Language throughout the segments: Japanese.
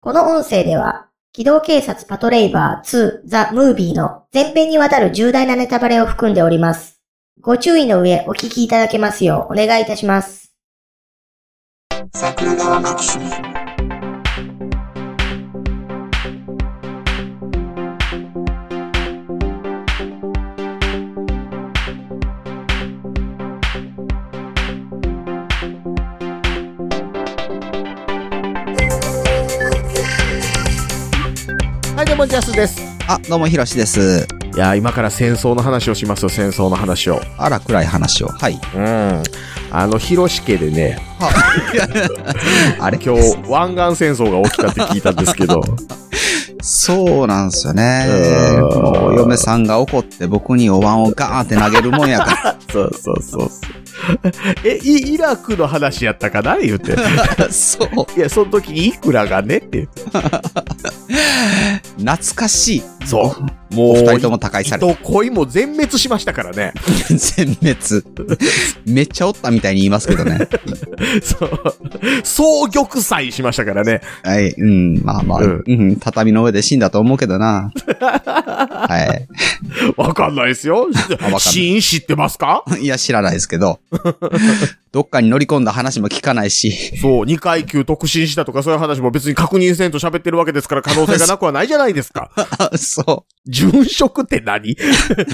この音声では、機動警察パトレイバー2ザ・ムービーの前編にわたる重大なネタバレを含んでおります。ご注意の上、お聞きいただけますようお願いいたします。桜川マキシムはい、どうも、ジャスです。あ、どうも、ひろしです。いやー、今から戦争の話をしますよ、戦争の話を。あら、暗い話を。はい。うん。あの、広し家でね、あれ今日、湾岸戦争が起きたって聞いたんですけど、そうなんですよねう。ーんもう、嫁さんが怒って僕にお椀をガーンって投げるもんやか そうそうそうそう。 え、イイラクの話やったかな言 って。ら。そう。いや、その時にいくらがねって言って。懐かしい。そう。おもう、二人とも他界され人恋も全滅しましたからね。 て。全滅。めっちゃおったみたいに言いますけどね。そう。総玉砕しましたからね。はい。うん、まあまあ、うんうん、畳の上で死んだと思うけどな。は わかんないですよかんな。い死因知ってますかい。いや、知らないですけ ど。どっかに乗り込んだ話も聞かないし。 そう、2階級特進したとかそういう話も別に確認せんと喋ってるわけですから可能性がなくはないじゃないです か。あそ殉職って何う。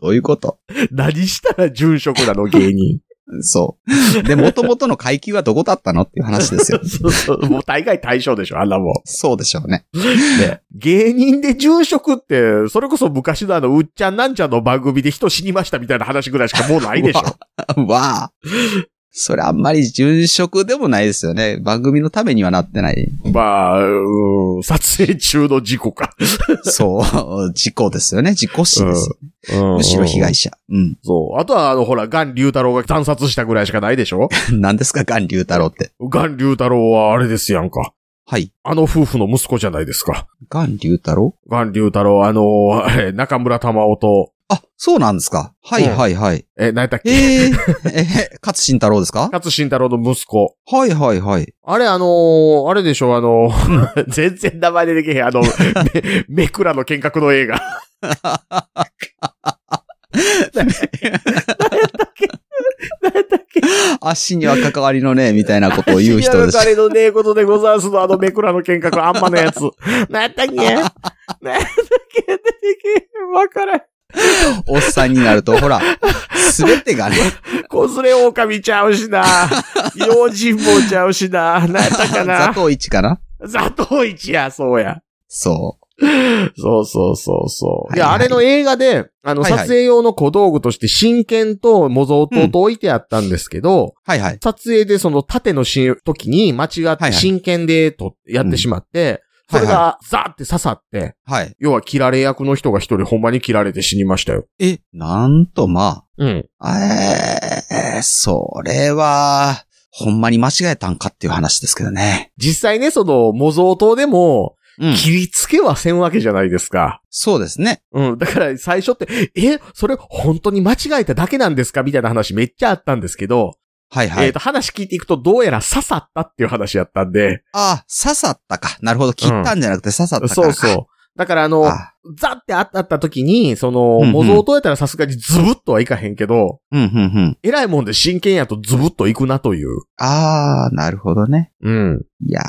どういうこと何したら殉職なの芸人。 そう。で、元々の階級はどこだったのっていう話ですよ。 そうそう、もう大概対象でしょ、あんなもん。そうでしょうね。ね芸人で殉職って、それこそ昔のあの、うっちゃんなんちゃんの番組で人死にましたみたいな話ぐらいしか もうないでしょ。わあ。それあんまり殉職でもないですよね。番組のためにはなってない。まあ、うーん、撮影中の事故か。そう、事故ですよね。事故死です。むむしろ被害者。うん。そう。あとは、あの、ほら、ガン龍太郎が惨殺したぐらいしかないでしょ何ですか、ガンリュウ太郎って。ガン龍太郎はあれですやんか。はい。あの夫婦の息子じゃないですか。ガンリュウ太郎ガン龍太郎、あのーあれ、中村玉緒と、あ、そうなんですか。はい、うんはい、はい。え、何やったっけえー、え、勝新太郎ですか勝慎太郎の息子。はい、はい、はい。あれ、あのーあれでしょ、あのー 全然名前出てけへん、あの、め、めくらの見学の映画。足には関わりのね、みたいなことを言うシリ人アルです。誰のねえことでござんすの、あのめくらの見学、あんまのやつ。何やったっけ何やったっけ出てけへん、わからん。おっさんになると、ほら、すべてが ね、子連れ狼ちゃうしな。用心棒ちゃうしな。何やったか座な。頭市かな ザトウイチや、そうや。そそうそうそうそう。いや、はいはいあれの映画で、あの、はいはい撮影用の小道具として、真剣と模造刀と置いてあったんですけど、う。はいはい。撮影でその縦のシーン時に間違っはてい真剣でとやってしまって、うんそれはいがザーって刺さって、はい。要は切られ役の人が一人ほんまに切られて死にましたよ。え、なんとまうん。あ、えー、それは、ほんまに間違えたんかっていう話ですけどね。実際ね、その模造刀でも、うん。切りつけはせんわけじゃないですか。そうですね。うん。だから最初って、え、それ本当に間違えただけなんですかみたいな話めっちゃあったんですけど、はいはい。えっ、と、話聞いていくとどうやら刺さったっていう話やったんで、あ、刺さったか。なるほど。切ったんじゃなくて刺さったからか、そうそう。だからあの、あ、ザってあった時に、そうの、んうん模造刀やったらさすがにズブッとはいかへんけど、うん、うん、うん。えらいもんで真剣やとズブッといくなという。あー、なるほどね。うん。いや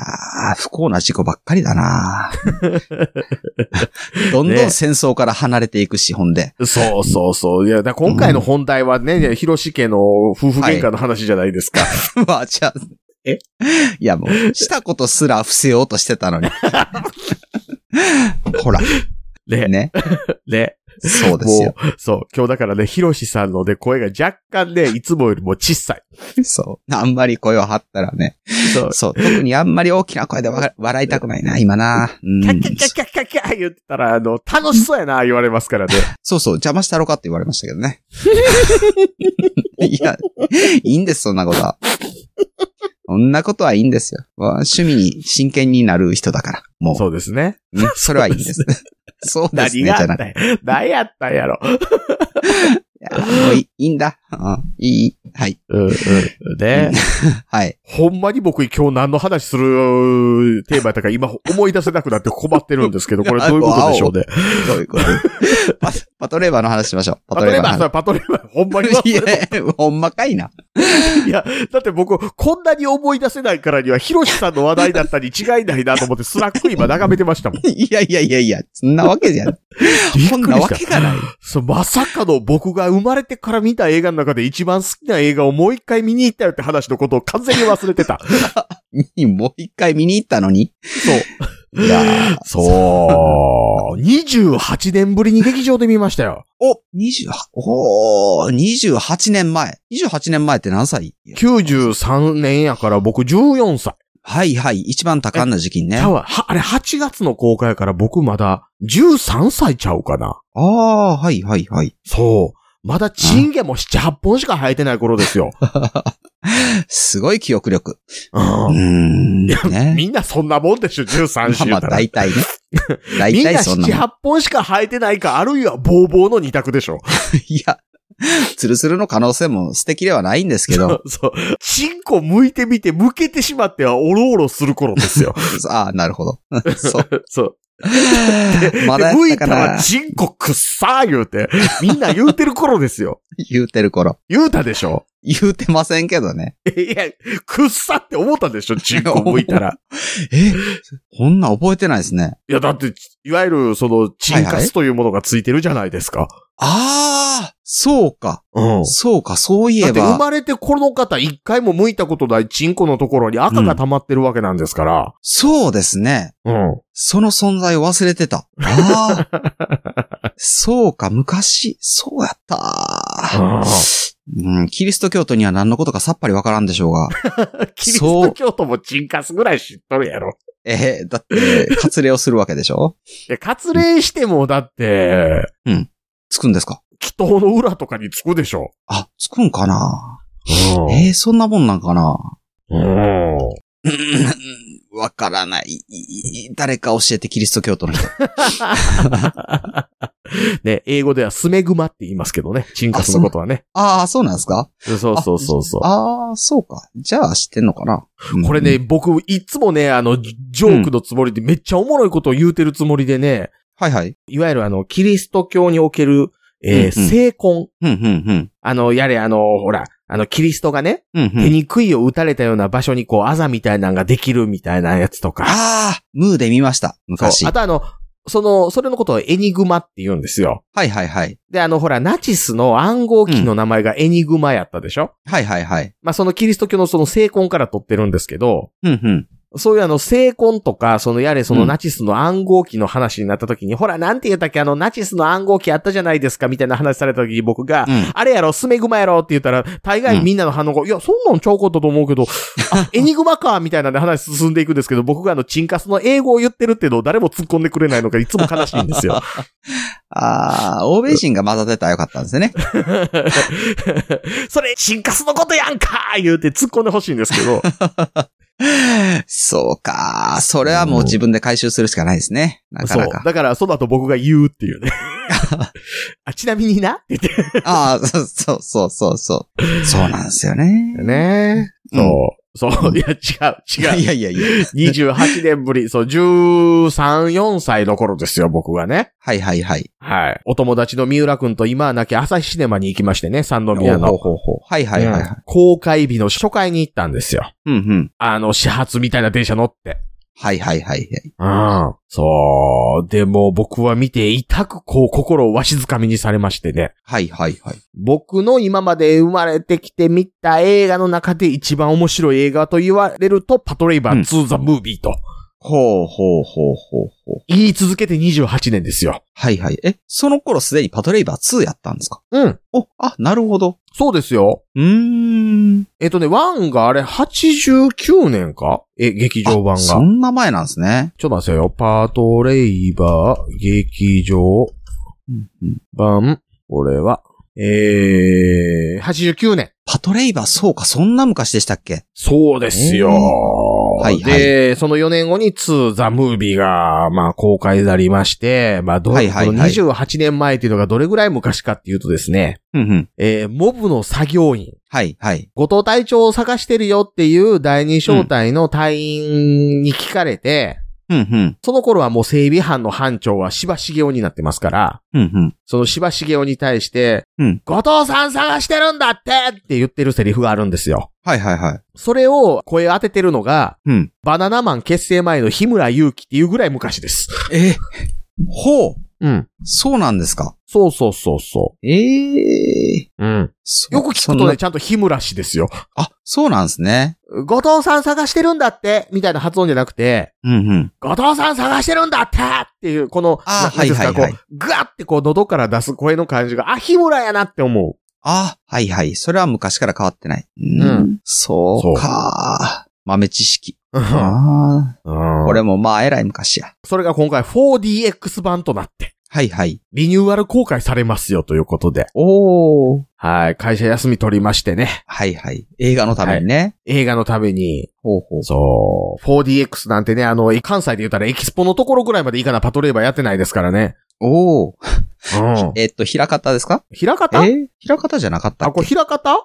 ー、不幸な事故ばっかりだな どんどねん戦争から離れていくし、ほんで。そうそうそう。いや、だから今回の本題はね、広志家の夫婦喧嘩の話じゃないですか。 まあ、じゃあ、えいや、もう、したことすら伏せようとしてたのに。 ほら、ね、ね。ね。そうですもよ。う、そう、今日だからね、広志さんのね、声が若干ね、いつもよりも小さい。そう。あんまり声を張ったらね。そう。そう。特にあんまり大きな声でわ笑いたくないな、今な。うんキャッキャッキャッキャッキャッキャッ言ってたら、あの、楽しそうやな、言われますからね。そうそう、邪魔したろかって言われましたけど ね。いや、いいんです、そんなことは。そんなことはいいんですよ。わ趣味に真剣になる人だから。もそうですね。う、うんそれはいいん です。そうです何ね、じがあゃっなくてたんや何やったんやろ。いや、もういいいいんだ。うん、いい。はい。うんうんで、はい。ほんまに僕今日何の話するテーマやったか今思い出せなくなって困ってるんですけど、これどういうことでしょ うね。どういうこと パパトレーバーの話しましょう。パパトレトレーバーーバーのさん、パトレーバー、ほんまに忘話。いれや、ほんまかいな。いや、だって僕、こんなに思い出せないからには、ヒロシさんの話題だったに違いないなと思って、スラック今眺めてま したもん。いやいやいやいや、そんなわけじゃん。そんなわけがない。そうまさかの僕が生まれてから見た映画の中で一番好きな映画をもう一回見に行ったよって話のことを完全に忘れてた。もう一回見に行ったのに。そう。いやー そう。28年ぶりに劇場で見ましたよ。お !28、おー、28年前。28年前って何歳93年やから僕14歳。はいはい、一番多感な時期にね。ちゃうわは、あれ8月の公開やから僕まだ13歳ちゃうかな。ああー、はいはいはい。そう。まだチンゲも7、8本しか生えてない頃で すよ。すごい記憶力。ううーんん。ね。 みんなそんなもんでしょ、13まあ週まだあ、ったら。大体ね。大みんな体そん7、なもん。 8本しか生えてないか、あるいはボーボーの二択でし ょ。いや、ツルツルの可能性も捨てきれはないんですけ ど。そう。チンコ向いてみて、向けてしまっては、おろおろする頃ですよ。ああ、なるほど。 そう。そう。まだやで向っいたた、からなチンコくっさー言うて、みんな言うてる頃です よ。言うてる頃。言うたでしょ。言うてませんけどね。いや、くっさって思ったでしょ、チンコ向いたら。えこんなん覚えてないですね。いや、だって、いわゆる、その、チンカスというものがついてるじゃないですか。ああ、そうか。うん。そうか、そういだえって生ば。まれてこの方一回も向いたことないチンコのところに赤が溜まってるわけなんですから。そうですね。うん。 その存在を忘れてた。あ あ。そうか、昔、そうやった。うん、キリスト教徒には何のことかさっぱりわからんでしょう が。キリスト教徒もチンカスぐらい知っとるやろ。えーだって、割礼をするわけでしょいや、割礼してもだって、つくんですか祈祷の裏とかにつくでしょ。あ、つくんかなうんえーそんなもんなんかなううん。んわからない。誰か教えてキリスト教徒の人。 ね、英語ではスメグマって言いますけどね。チンカスのことはね。ああ、そうなんですかそうそうそうそう。ああ、そうか。じゃあ知ってんのかなこれね、。僕、いつもね、あの、ジジョークのつもりで、めっちゃおもろいことを言うてるつもりでね、はいはい。いわゆるあの、キリスト教における、えーうんうん聖婚。うん、うん、あの、やれ、あの、ほら、あの、キリストがね、うん。うん、う手ん。に杭を打たれたような場所にこう、あざみたいなのができるみたいなやつとか。ああ、ムーで見ました。昔。そうあはとあの、その、それのことをエニグマって言うんですよ。いはいはい。で、あの、ほら、ナチスの暗号機の名前がエニグマやったでしょ、はいはいはい。まあ、そのキリスト教のその聖婚から取ってるんですけど、うん、うん。そういうあの、聖婚とか、そのやれそうのんナチスの暗号機の話になった時に、ほら、なんて言ったっけ、あの、ナチスの暗号機あったじゃないですか、みたいな話された時に僕が、うん。あれやろ、スメグマやろって言ったら、大概みんなの反応が、いや、そんなんちゃうことと思うけ ど、あ、エニグマか、みたいなんで話進んでいくんですけど、僕があの、チンカスの英語を言ってるっていうのを誰も突っ込んでくれないのがいつも悲しいんで すよ。ああ、欧米人が混ざってたらよかったんです ね。それ、チンカスのことやんか言うて突っ込んでほしいんですけど、そうか。それはもう自分で回収するしかないですね。なかそなう。か。だから、その後僕が言うってい うね。あ、ちなみになって言って。ああ、そうそうそうそうそう。そうなんですよね。ねそう。そう。いや、違う、違。いうやいやいや。 28年ぶり、そう、13、4歳の頃ですよ、僕がね。はいはいはい。はい。お友達の三浦くんと今はなき朝日シネマに行きましてね、三宮ほうの。ほうほうはいはいはいはい。公開日の初回に行ったんですよ。うんうん。あの、始発みたいな電車乗って。はいはいはいはい。うん。そう。でも僕は見て痛くこう心をわしづかみにされましてね。はいはいはい。僕の今まで生まれてきて見た映画の中で一番面白い映画と言われると、パトレイバー2ザムービーとほうほうほうほうほう。言い続けて28年ですよ。はいはい。え、その頃すでにパトレイバー2やったんですかうん。お、あ、なるほど。そうですよ。うーん。えっとね、1があれ89年かえ、劇場版が。あそんな前なんですね。ちょっと待ってよ。パトレイバー、劇場うんうん版、これは、えー、89年。パトレイバー、そうか、そんな昔でしたっけそうですよ。はいはいで、その4年後に2ザ・ムービーが、まあ、公開になりまして、まあ、どう、はいはいはいこの28年前っていうのがどれぐらい昔かっていうとですね、うんうん。えーモブの作業員、はい、はい。後藤隊長を探してるよっていう第二小隊の隊員に聞かれて、うんうん。その頃はもう整備班の班長は柴茂雄になってますから、うんうん。その柴茂雄に対して、うん後藤さん探してるんだってって言ってるセリフがあるんですよ。はい、はい、はい。それを声当ててるのが、うんバナナマン結成前の日村祐樹っていうぐらい昔です。え、ほう。うん。そうなんですか。そうそうそうそええう。うん。そよく聞そくんとなね、ちゃんと日村氏ですよ。あ、そうなんですね。後藤さん探してるんだってみたいな発音じゃなくて、うんうん。後藤さん探してるんだってっていう、この、あーななんてうんですかはいはいはいこう、ガってこう、喉から出す声の感じが、あ、日村やなって思あ、はいはい。それは昔から変わってない。ううん。そうか。豆知識。う。ああ。うんこれもまあ、えらい昔や。それが今回 4DX 版となって、はいはい。リニューアル公開されますよということで。おー。はい、会社休み取りましてね。はいはい。映画のためにね。映画のために、ほうほう。そう、4DX なんてね、あの、関西で言ったらエキスポのところぐらいまでいいかな、パトレーバーやってないですからね。おー。うん。えっと、平方ですか平え方平方じゃなかったあ、っこれけ平方ん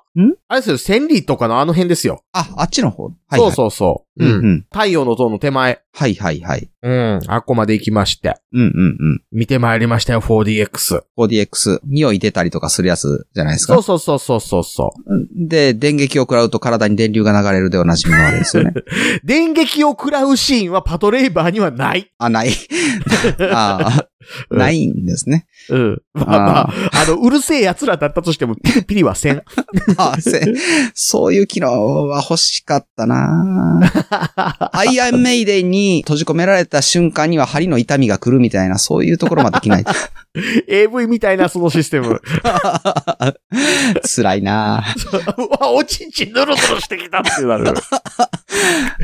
あれですよ、千里とかのあの辺ですよ。あ、あっちの方。はい、はい。そうそうそう。うんうん。太陽の塔の手前。はいはいはい。うん。あっこまで行きまして。うんうんうん。見てまいりましたよ、4DX。 4DX、匂い出たりとかするやつじゃないですかそう。そうそうそうそうそで、電撃を食らうと体に電流が流れるでおなじみのあれですよ ね。う。電撃を食らうシーンはパトレイバーにはない。あ、 ない。ああ、ないんですね。うん。まあまああ、あの、うるせえ奴らだったとしても、ピリピリは せん。あせそういう機能は欲しかった なアイアンメイデンに閉じ込められた瞬間には針の痛みが来るみたいな、そういうところまで 来ない。 AV みたいなそのシステ ム。辛いなあうわ、おちんちんぬるぬるしてきたってなる。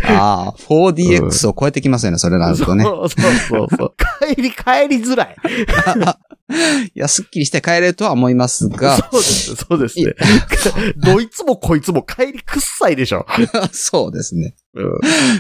あ、4DX を超えてきますよね、それなるとね。そうそうそうそう。 帰り、帰りづらい。いや、すっきりして帰れるとは思いますが、 そうです、そうですね。 どいつもこいつも帰りくっさいでしょ。そうですね。うん。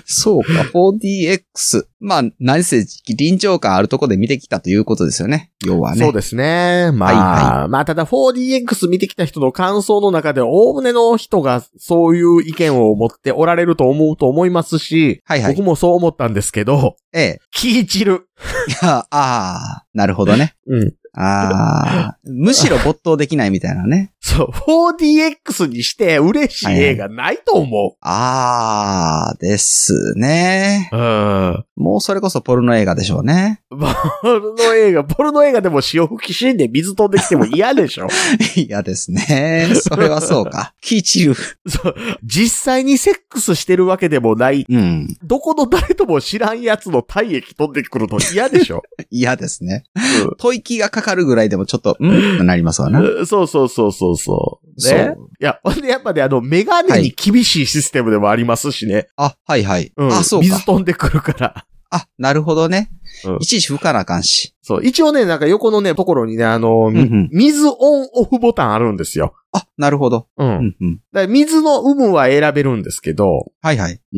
そうか、4DX。まあ、何せ臨場感あるとこで見てきたということですよね。要はね。そうですね。まあ、まあ、ただ 4DX 見てきた人の感想の中で、おおむねの人がそういう意見を持っておられると思うと思いますし、はいはい僕もそう思ったんですけど、ええ。気い散る。いや、ああ、なるほどね。うん。ああ、 むしろ没頭できないみたいなね。そう、4DX にして嬉しい映画ないと思ああ、ですね。う。うん。もうそれこそポルノ映画でしょうね。 ポルノ映画、ポルノ映画でも潮吹き死んで水飛んできても嫌 でしょ嫌ですね。それはそう か。キーチル。そう。実際にセックスしてるわけでもない、うん。どこの誰とも知らんやつの体液飛んでくるの嫌でし ょ、嫌ですね。うん吐息がかかるぐらいでもちょっと、うんとなりますわな。うんそうそうそうそうそう。そねう。。いや、ほんでやっぱね、あの、メガネに厳しいシステムでもありますしね。あ、はいはい。うん。あ、そうか水。飛んでくるから。あ、なるほどね。うんいちいち吹かなあかんし。そう。一応ね、なんか横のね、ところにね、あの、うんうん水オンオフボタンあるんですよ。あ、なるほど。うん。うんうん。だから水の有無は選べるんですけど、はいはい。う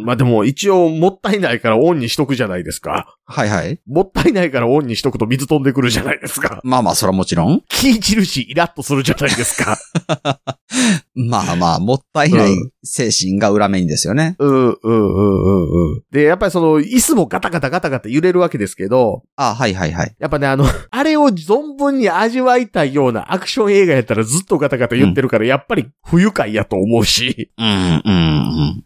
ん、まあでも一応もったいないからオンにしとくじゃないですか。はいはい。もったいないからオンにしとくと水飛んでくるじゃないですか。 まあまあ、それはもちろん。気い散るし、イラッとするじゃないですか。まあまあ、もったいないうん精神が裏目にですよね。 うん、うん、うん、うん、うん。で、やっぱりその、椅子もガタガタガタガタ揺れるわけですけど、あ、はいはいはい。やっぱね、あの、 あれを存分に味わいたいようなアクション映画やったらずっとガタガタ言ってるから、やっぱり不愉快やと思うし。うん、うん、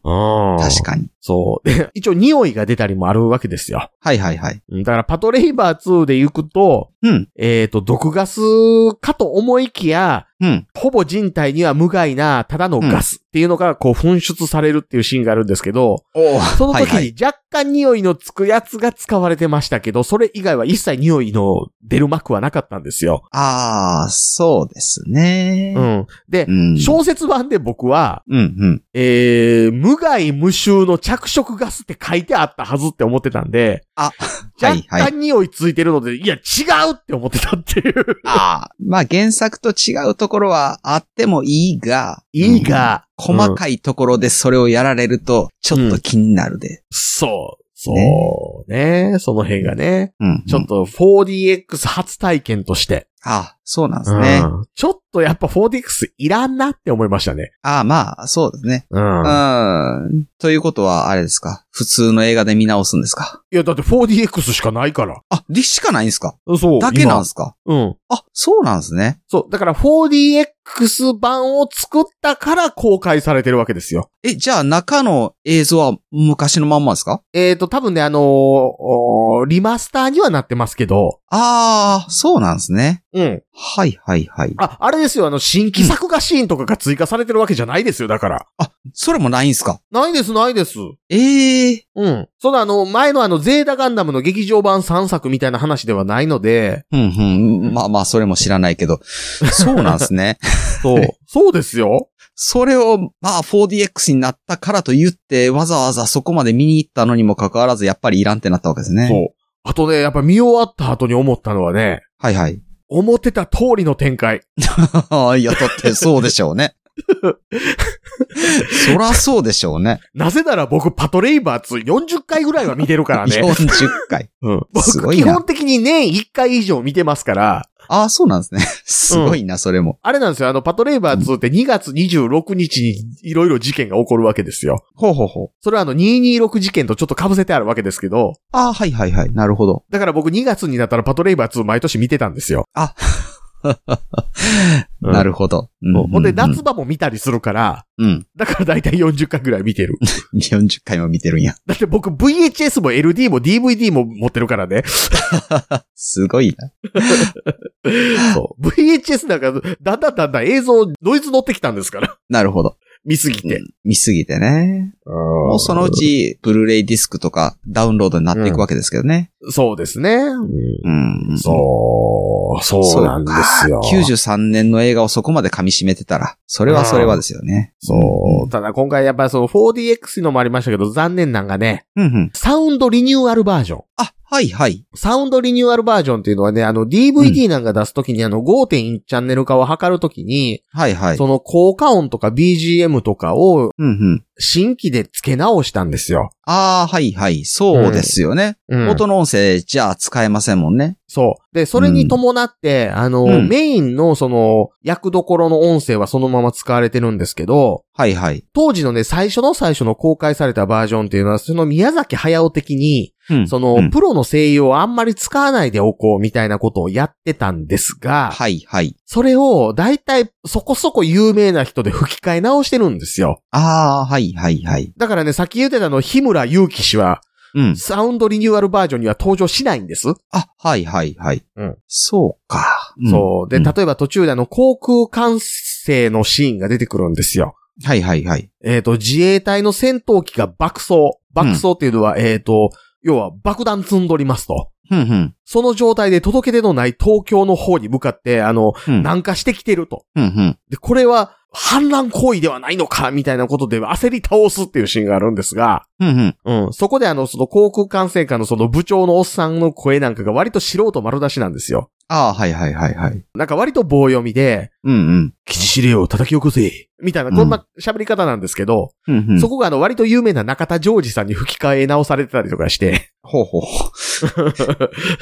うあん。確かに。そう。で、一応匂いが出たりもあるわけですよ。はいはいはい。うんだから、パトレイバー2で行くと、うん、えっ、と、毒ガスかと思いきや、うん。ほぼ人体には無害な、ただのガスっていうのが、こう、噴出されるっていうシーンがあるんですけど、おその時はいはい。に若干匂いのつくやつが使われてましたけど、それ以外は一切匂いの出る幕はなかったんですよ。ああ、そうですね。うん。で、うん。小説版で僕は、うん、うん。えー、無害無臭の着色ガスって書いてあったはずって思ってたんで、あ、は若いはい。干匂いついてるので、いや、違うって思ってたっていう。ああ。まあ、原作と違うところはあってもいいが。いいが、細かいところでそれをやられると、ちょっと気になるで。そう。そうね。その辺がね。うん。ちょっと。と 4DX 初体験として。あそうなんですね。うんちょっとやっぱ 4DX いらんなって思いましたね。ああ、まあ、そうですね。うん。ういん。ということは、あれですか。普通の映画で見直すんですか。や、だって 4DX しかないから。あ、でしかないんですかそう。だけなん今ですかうん。あ、そうなんですね。そう。だから 4DX 版を作ったから公開されてるわけですよ。え、じゃあ中の映像は昔のまんまですかえっ、と、多分ね、あのーおーリマスターにはなってますけど。ああ、そうなんですね。うん。はいはいはい。あ、あれですよ、あの、新規作画シーンとかが追加されてるわけじゃないですよ、だから。それもないんですかないです、ないです。ええうん。そのあの、前のあの、ゼータガンダムの劇場版3作みたいな話ではないので、うんうん。まあまあ、それも知らないけど。そうなんです ね。そう。そうですよ。それを、まあ、4DX になったからと言って、わざわざそこまで見に行ったのにもかかわらず、やっぱりいらんってなったわけですね。そう。あとね、やっぱ見終わった後に思ったのはね、はいはい。思ってた通りの展開。 いや、だってそうでしょう ね。そらそうでしょうね。なぜなら僕、パトレイバー2 40回 ぐらいは見てるからね。 40回。うん。す僕、ごい基な本的に年1回以上見てますから、ああ、そうなんですね。すごいな、それも。あれなんですよ、あの、パトレイバー2って2月26日にいろいろ事件が起こるわけですよ。ほうほうほう。それはあの、226事件とちょっと被せてあるわけですけど、ああ、はいはいはい。なるほど。だから僕2月になったらパトレイバー2毎年見てたんですよ。うんなるほど。うんほんで、夏場も見たりするから、うん。だから大体40回ぐらい見てる。 40回も見てるんや。だって僕 VHS も LD も DVD も持ってるからね。すごいな。そう。VHS なんか、だんだんだんだん映像、ノイズ乗ってきたんですから。なるほど。見すぎて。見すぎてね。ももうそのう。ち、ブルーレイディスクとかダウンロードになっていくわけですけどね。そうですね。うん。そう、そうなんですよ。 93年の映画をそこまで噛み締めてたら、それはそれはですよね。そう。ただ今回やっぱりその 4DX のもありましたけど、残念なんがね、うんうん。サウンドリニューアルバージョン。あ、はいはい。サウンドリニューアルバージョンっていうのはね、あの DVD なんか出すときに、あの5.1チャンネル化を図るときに、はいはい。その効果音とか BGM とかをうんうん。新規で付け直したんですよ。ああ、はいはい。そうですよね。うん音の音声じゃあ使えませんもんね。そう。で、それに伴って、あの、うんメインのその、役どころの音声はそのまま使われてるんですけど、はいはい。当時のね、最初の最初の公開されたバージョンっていうのは、その宮崎駿的に、うんそうの、んプロの声優をあんまり使わないでおこうみたいなことをやってたんですが、はいはい。それを、だいたいそこそこ有名な人で吹き替え直してるんですよ。ああ、はいはいはい。だからね、さっき言ってたあの、日村祐樹氏は、うん。サウンドリニューアルバージョンには登場しないんです。あ、はいはいはい。うんそうか。んそう。で、ん例えば途中であの、航空管制のシーンが出てくるんですよ。はいはいはい。えっ、と、自衛隊の戦闘機が爆走。爆走っていうのは、えっ、と、要は爆弾積んどりますと。うんうん。その状態で届け出のない東京の方に向かって、あの、うん。南下してきてると。うんうん。で、これは反乱行為ではないのか、みたいなことで焦り倒すっていうシーンがあるんですが、うんうん。うん、そこであの、その航空管制官のその部長のおっさんの声なんかが割と素人丸出しなんですよ。ああ、はいはいはいはい。なんか割と棒読みで、うんうん。記事指令を叩き起こせみたいな、うんこんな喋り方なんですけど、うんうんそ。こがあの、割と有名な中田ジョージさんに吹き替え直されてたりとかして、ほうほう ほう。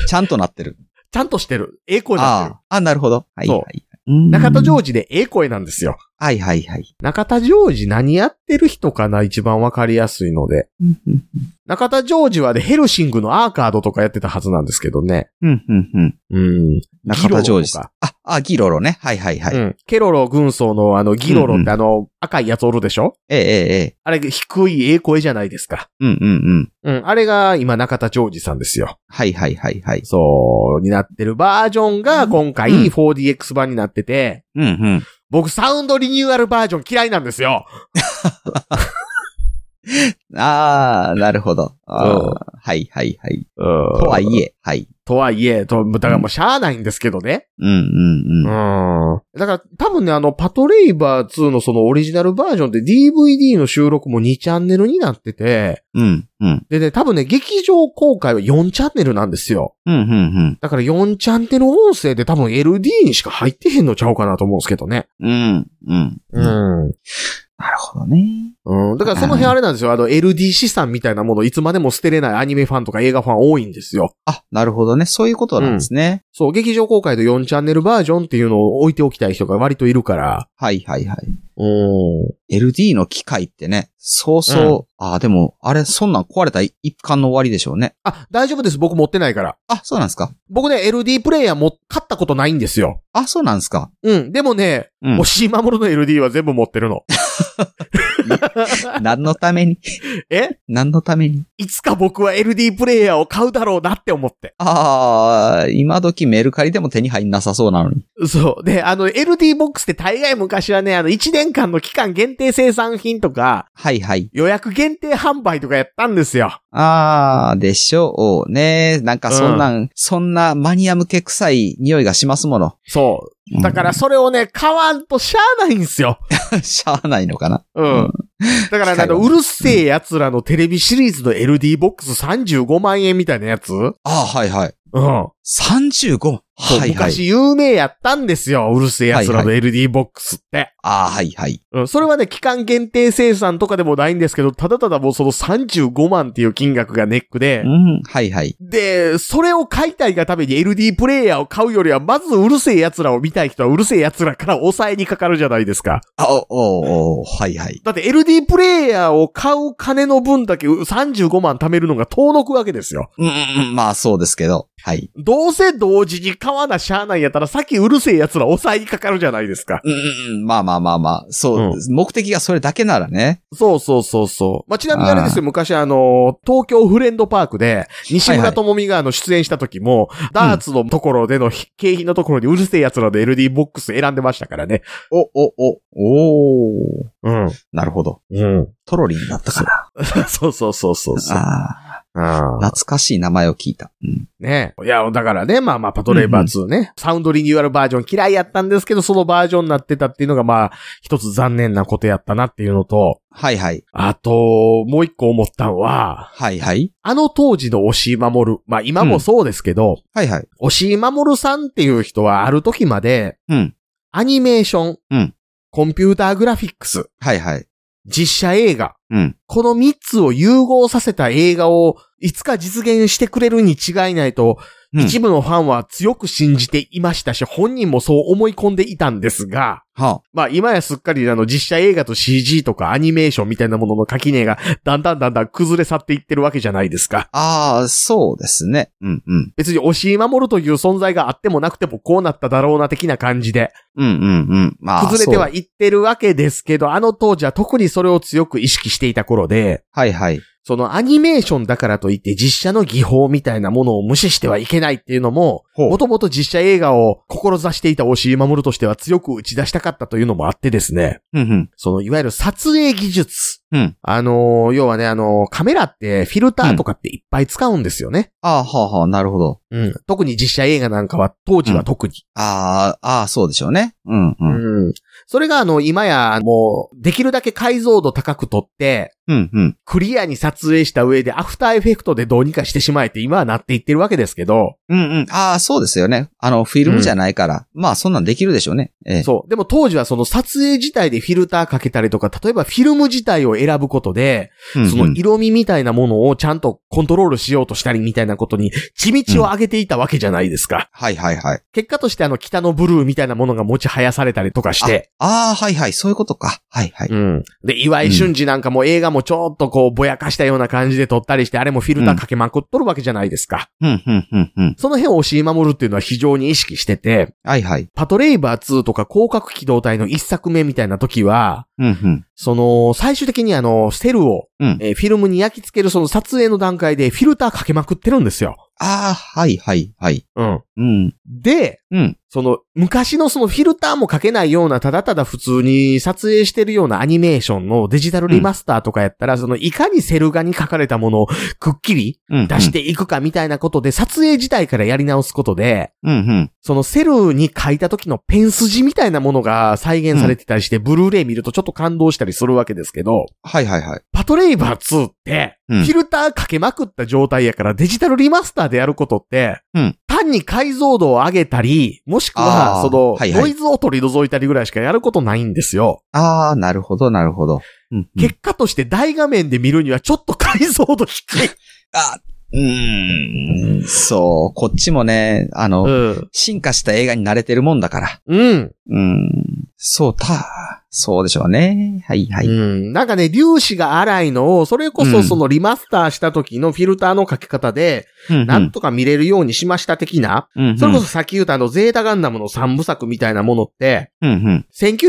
ちゃんとなってる。ちゃんとしてる。ええ声になってるあ。あ、あ、なるほど。はいそうはい。うん中田ジョージでええ声なんですよ。はいはいはい。中田ジョージ何やってる人かな一番わかりやすいので。うんうん中田ジョージはね、ヘルシングのアーカードとかやってたはずなんですけどね。うんうんうん。うん。中田ジョージギロロとさんか。あ、あ、ギロロね。はいはいはい。うん。ケロロ軍曹のあの、ギロロうっんうんてあの、赤いやつおるでしょええええええ。あれ、低いええ声じゃないですか。うんうんうん。うん。あれが今中田ジョージさんですよ。はいはいはいはい。そう、になってるバージョンが今回うん 4DX 版になってて、うんうん。僕サウンドリニューアルバージョン嫌いなんですよ。ああ、なるほど。あそうーはいはいはい。ととはいえ、はい。とはいえ、と、だからもうしゃあないんですけどね。うんうんうん。うん。だから多分ね、あの、パトレイバー2のそのオリジナルバージョンって DVD の収録も2チャンネルになってて、うんうん。でね、多分ね、劇場公開は4チャンネルなんですよ。うんうんうん。だから4チャンネル音声で多分 LD にしか入ってへんのちゃうかなと思うんですけどね。うんうん。ん。なるほどね。うん。だからその辺あれなんですよ。あの、LD 資産みたいなもの、いつまでも捨てれないアニメファンとか映画ファン多いんですよ。あ、なるほどね。そういうことなんですね。そう、劇場公開と4チャンネルバージョンっていうのを置いておきたい人が割といるから。はいはいはい。うん。 LD の機械ってね、そうそう。ああ、でも、あれ、そんなん壊れたら一巻の終わりでしょうね。あ、大丈夫です。僕持ってないから。あ、そうなんですか僕ね、LD プレイヤーも買ったことないんですよ。あ、そうなんですかうん。でもね、うんもう C マモルの LD は全部持ってる の。何のために え何のためにいつか僕は LD プレイヤーを買うだろうなって思って。ああ、今時メルカリでも手に入んなさそうなのに。そう。で、あの、LD ボックスって大概昔はね、あの、1年間の期間限定生産品とか、はいはい。予約限定販売とかやったんですよ。ああ、でしょうね。なんかそんなん、そんなマニア向け臭い匂いがしますもの。そう。だからそれをね、買わんとしゃあないんですよ。ら。 しゃあないのかな。うん。だからね、あの、近うるせえ奴らのテレビシリーズの LD ボックス35万円みたいなやつうん。ああ、はいはい。そう35。はいはい。昔有名やったんですよ。うるせえ奴らの LD ボックスって。ああ、はいはい。うん。それはね、期間限定生産とかでもないんですけど、ただただもうその35万っていう金額がネックでう、ん、はいはい。で、それを買いたいがために LD プレイヤーを買うよりは、まずうるせえ奴らを見たい人はうるせえ奴らから抑えにかかるじゃないですか。あ、お、お、お、はいはい。だって LD プレイヤーを買う金の分だけう35万貯めるのが遠のくわけですよ。うんうん、うんまあそうですけど。はい。どうせ同時に買わなしゃあないやったら、さっきうるせえ奴ら抑えにかかるじゃないですか。うんうんうん、まあまあまあまあ、そう、目的がそれだけならね。そうそうそうそう。まあ、ちなみにあれですよ、昔あの、東京フレンドパークで、西はいは村い智美があの、出演した時も、ダーツのところでの、景品のところにうるせえ奴らの LD ボックス選んでましたからね。お、お、お、おーうん。なるほど。うん。トロリになったかな。 そうそうそうそうそう。ああ、うん懐かしい名前を聞いた。うん。ねいや、だからね、まあまあ、パトレーバー2ね、サウンドリニューアルバージョン嫌いやったんですけど、そのバージョンになってたっていうのが、まあ、一つ残念なことやったなっていうのと、はいはい。あと、もう一個思ったのは、はいはい。あの当時の押井守る、まあ今もそうですけど、はいはい。押井守さんっていう人はある時まで、うんアニメーション、うんコンピューターグラフィックス、はいはい。実写映画、うんこの3つを融合させた映画をいつか実現してくれるに違いないうと、ん一部のファンは強く信じていましたし、本人もそう思い込んでいたんですが、はまあ今やすっかりあの実写映画と CG とかアニメーションみたいなものの垣根がだんだんだんだん崩れ去っていってるわけじゃないですか。あ。ああ、そうですね。うんうん。別に押井守るという存在があってもなくてもこうなっただろうな的な感じでうんうんうん。まあ、崩れてはそういってるわけですけど、あの当時は特にそれを強く意識していた頃で、はいはい。そのアニメーションだからといって実写の技法みたいなものを無視してはいけないっていうのも、ほうもともと実写映画を志していた押井守としては強く打ち出したかったというのもあってですね、うんうん。そのいわゆる撮影技術。うんあのー、要はね、あのーカメラってフィルターとかっていっぱい使うんですよね。ああ、はあはあ、なるほど。うん。特に実写映画なんかは当時は特に。ああ、ああ、そうでしょうね。うんうん。うんそれがあの、今やもう、できるだけ解像度高く撮って、うんうん。クリアに撮影した上でアフターエフェクトでどうにかしてしまえって今はなっていってるわけですけど、うんうん。ああ、そうですよね。あの、フィルムじゃないから。まあ、そんなんできるでしょうね。ええ。そう。でも当時はその撮影自体でフィルターかけたりとか、例えばフィルム自体を選ぶことで、うんうんその色味みたいなものをちゃんとコントロールしようとしたりみたいなことに、地道を上げていたわけじゃないですか。はいはいはい。結果としてあの北のブルーみたいなものが持ち生やされたりとかして、ああ、はいはい、そういうことか。はいはい。うん。で、岩井俊二なんかも映画もちょっとこうぼやかしたような感じで撮ったりして、あれもフィルターかけまくっとるわけじゃないですか。うん、うん、うん、うん。その辺を押井守るっていうのは非常に意識してて、はいはい。パトレイバー2とか広角機動隊の一作目みたいな時は、うん、うん。その、最終的にあの、セルを、うんえーフィルムに焼き付けるその撮影の段階でフィルターかけまくってるんですよ。ああ、はいはい、はい。うん。うん。で、うん。その、昔のそのフィルターもかけないような、ただただ普通に撮影してるようなアニメーションのデジタルリマスターとかやったら、その、いかにセル画に書かれたものをくっきりうん。出し。ていくかみたいなことで、撮影自体からやり直すことで、うん、うん。そのセルに書いた時のペン筋みたいなものが再現されてたりして、ブルーレイ見るとちょっと感動したりするわけですけど、はいはいはい。パトレイバー2って、うんフィルターかけまくった状態やからデジタルリマスターでやることって、うん大単に解像度を上げたり、もしくは、あーその、はいはいノイズを取り除いたりぐらいしかやることないんですよ。ああ、なるほど、なるほど。うんうん、結果として大画面で見るにはちょっと解像度低 い。あうーん、そう、こっちもね、あの、うん。進化した映画に慣れてるもんだから。うん。うん、そうた、そうでしょうね。はいはうい。ん。なんかね、粒子が荒いのを、それこうそんそのリマスターした時のフィルターの書き方で、うんなんとか見れるようにしました的な、うんそれこそさっき言ったあの、ゼータガンダムの三部作みたいなものって、うんうん。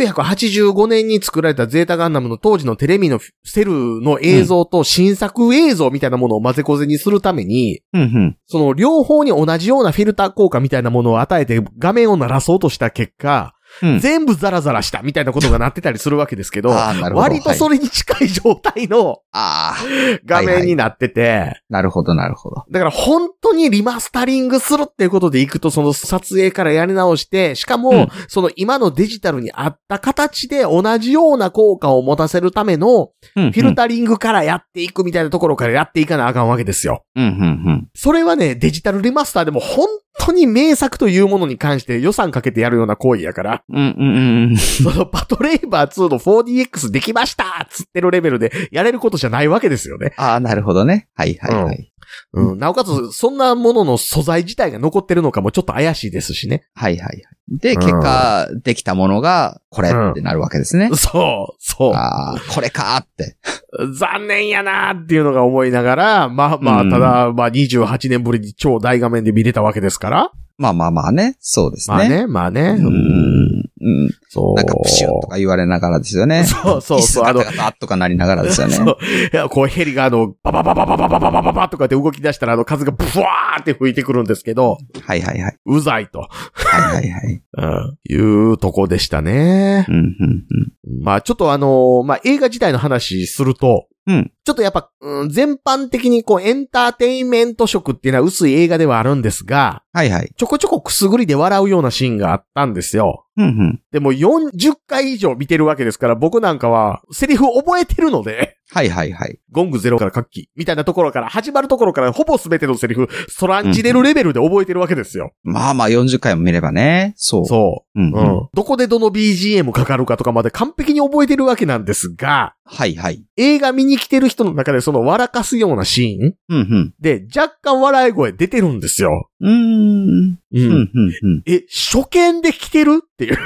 1985年に作られたゼータガンダムの当時のテレビのセルの映像と新作映像みたいなものを混ぜこぜにするために、うんうん。その両方に同じようなフィルター効果みたいなものを与えて画面を鳴らそうとした結果、うん全部ザラザラしたみたいなことがなってたりするわけですけど、ああ、なるほど。割とはいそれに近い状態のああ、画面になってて、なるほど、なるほど。だから本当にリマスタリングするっていうことでいくと、その撮影からやり直して、しかも、うんその今のデジタルに合った形で同じような効果を持たせるための、フフィルタリングからやっていくみたいなところからやっていかなあかんわけですよ。うんうんうん。それはね、デジタルリマスターでも本当に名作というものに関して予算かけてやるような行為や から、うんうんうんうん。そのパトレイバー2の 4DX できましたっつってるレベルでやれることじゃないわけですよね。ああ、なるほどね。はいはいはい。うん。なおかつ、そんなものの素材自体が残ってるのかもちょっと怪しいですしね。はいはいはい。で、結果、できたものが、これってなるわけですね。そう、そああ、これかーって。う。残念やなーっていうのが思いながら、まあまあ、うんただ、まあ28年ぶりに超大画面で見れたわけですから。まあまあまあね。そうですまあね。ね、まあね。ううん。んうん。そう。なんかプシュンとか言われながらですよね。そうそう椅子そう。ガあタの、ガタとかなりながらですよね。そう。いや、こうヘリがあの、バババババババババババとかって動き出したら、あの風がブワーって吹いてくるんですけど、はいはいはい。うざいと、はいはいはい。うん、いうとこでしたねう。んうんうん。まあちょっとあのまあ映画自体の話すると、うんちょっとやっぱ、うん全般的にこうエンターテインメント色っていうのは薄い映画ではあるんですが、はいはい。ちょこちょこくすぐりで笑うようなシーンがあったんですよ。うんうん。でも40回以上見てるわけですから、僕なんかはセリフ覚えてるので、 はいはいはい。ゴングゼロから活気みたいなところから、始まるところからほぼ全てのセリフ、そらんじれるレベルで覚えてるわけですよ。まあまあ40回も見ればね。そう。。そうんう。ううん。ん。どこでどの BGM かかるかとかまで完璧に覚えてるわけなんですが、はいはい。映画見に来てる人の中でその笑かすようなシーンうんで若干笑い声出てるんですよ。うん。うーん。ううんうんうん。え、初見で来てるっていう。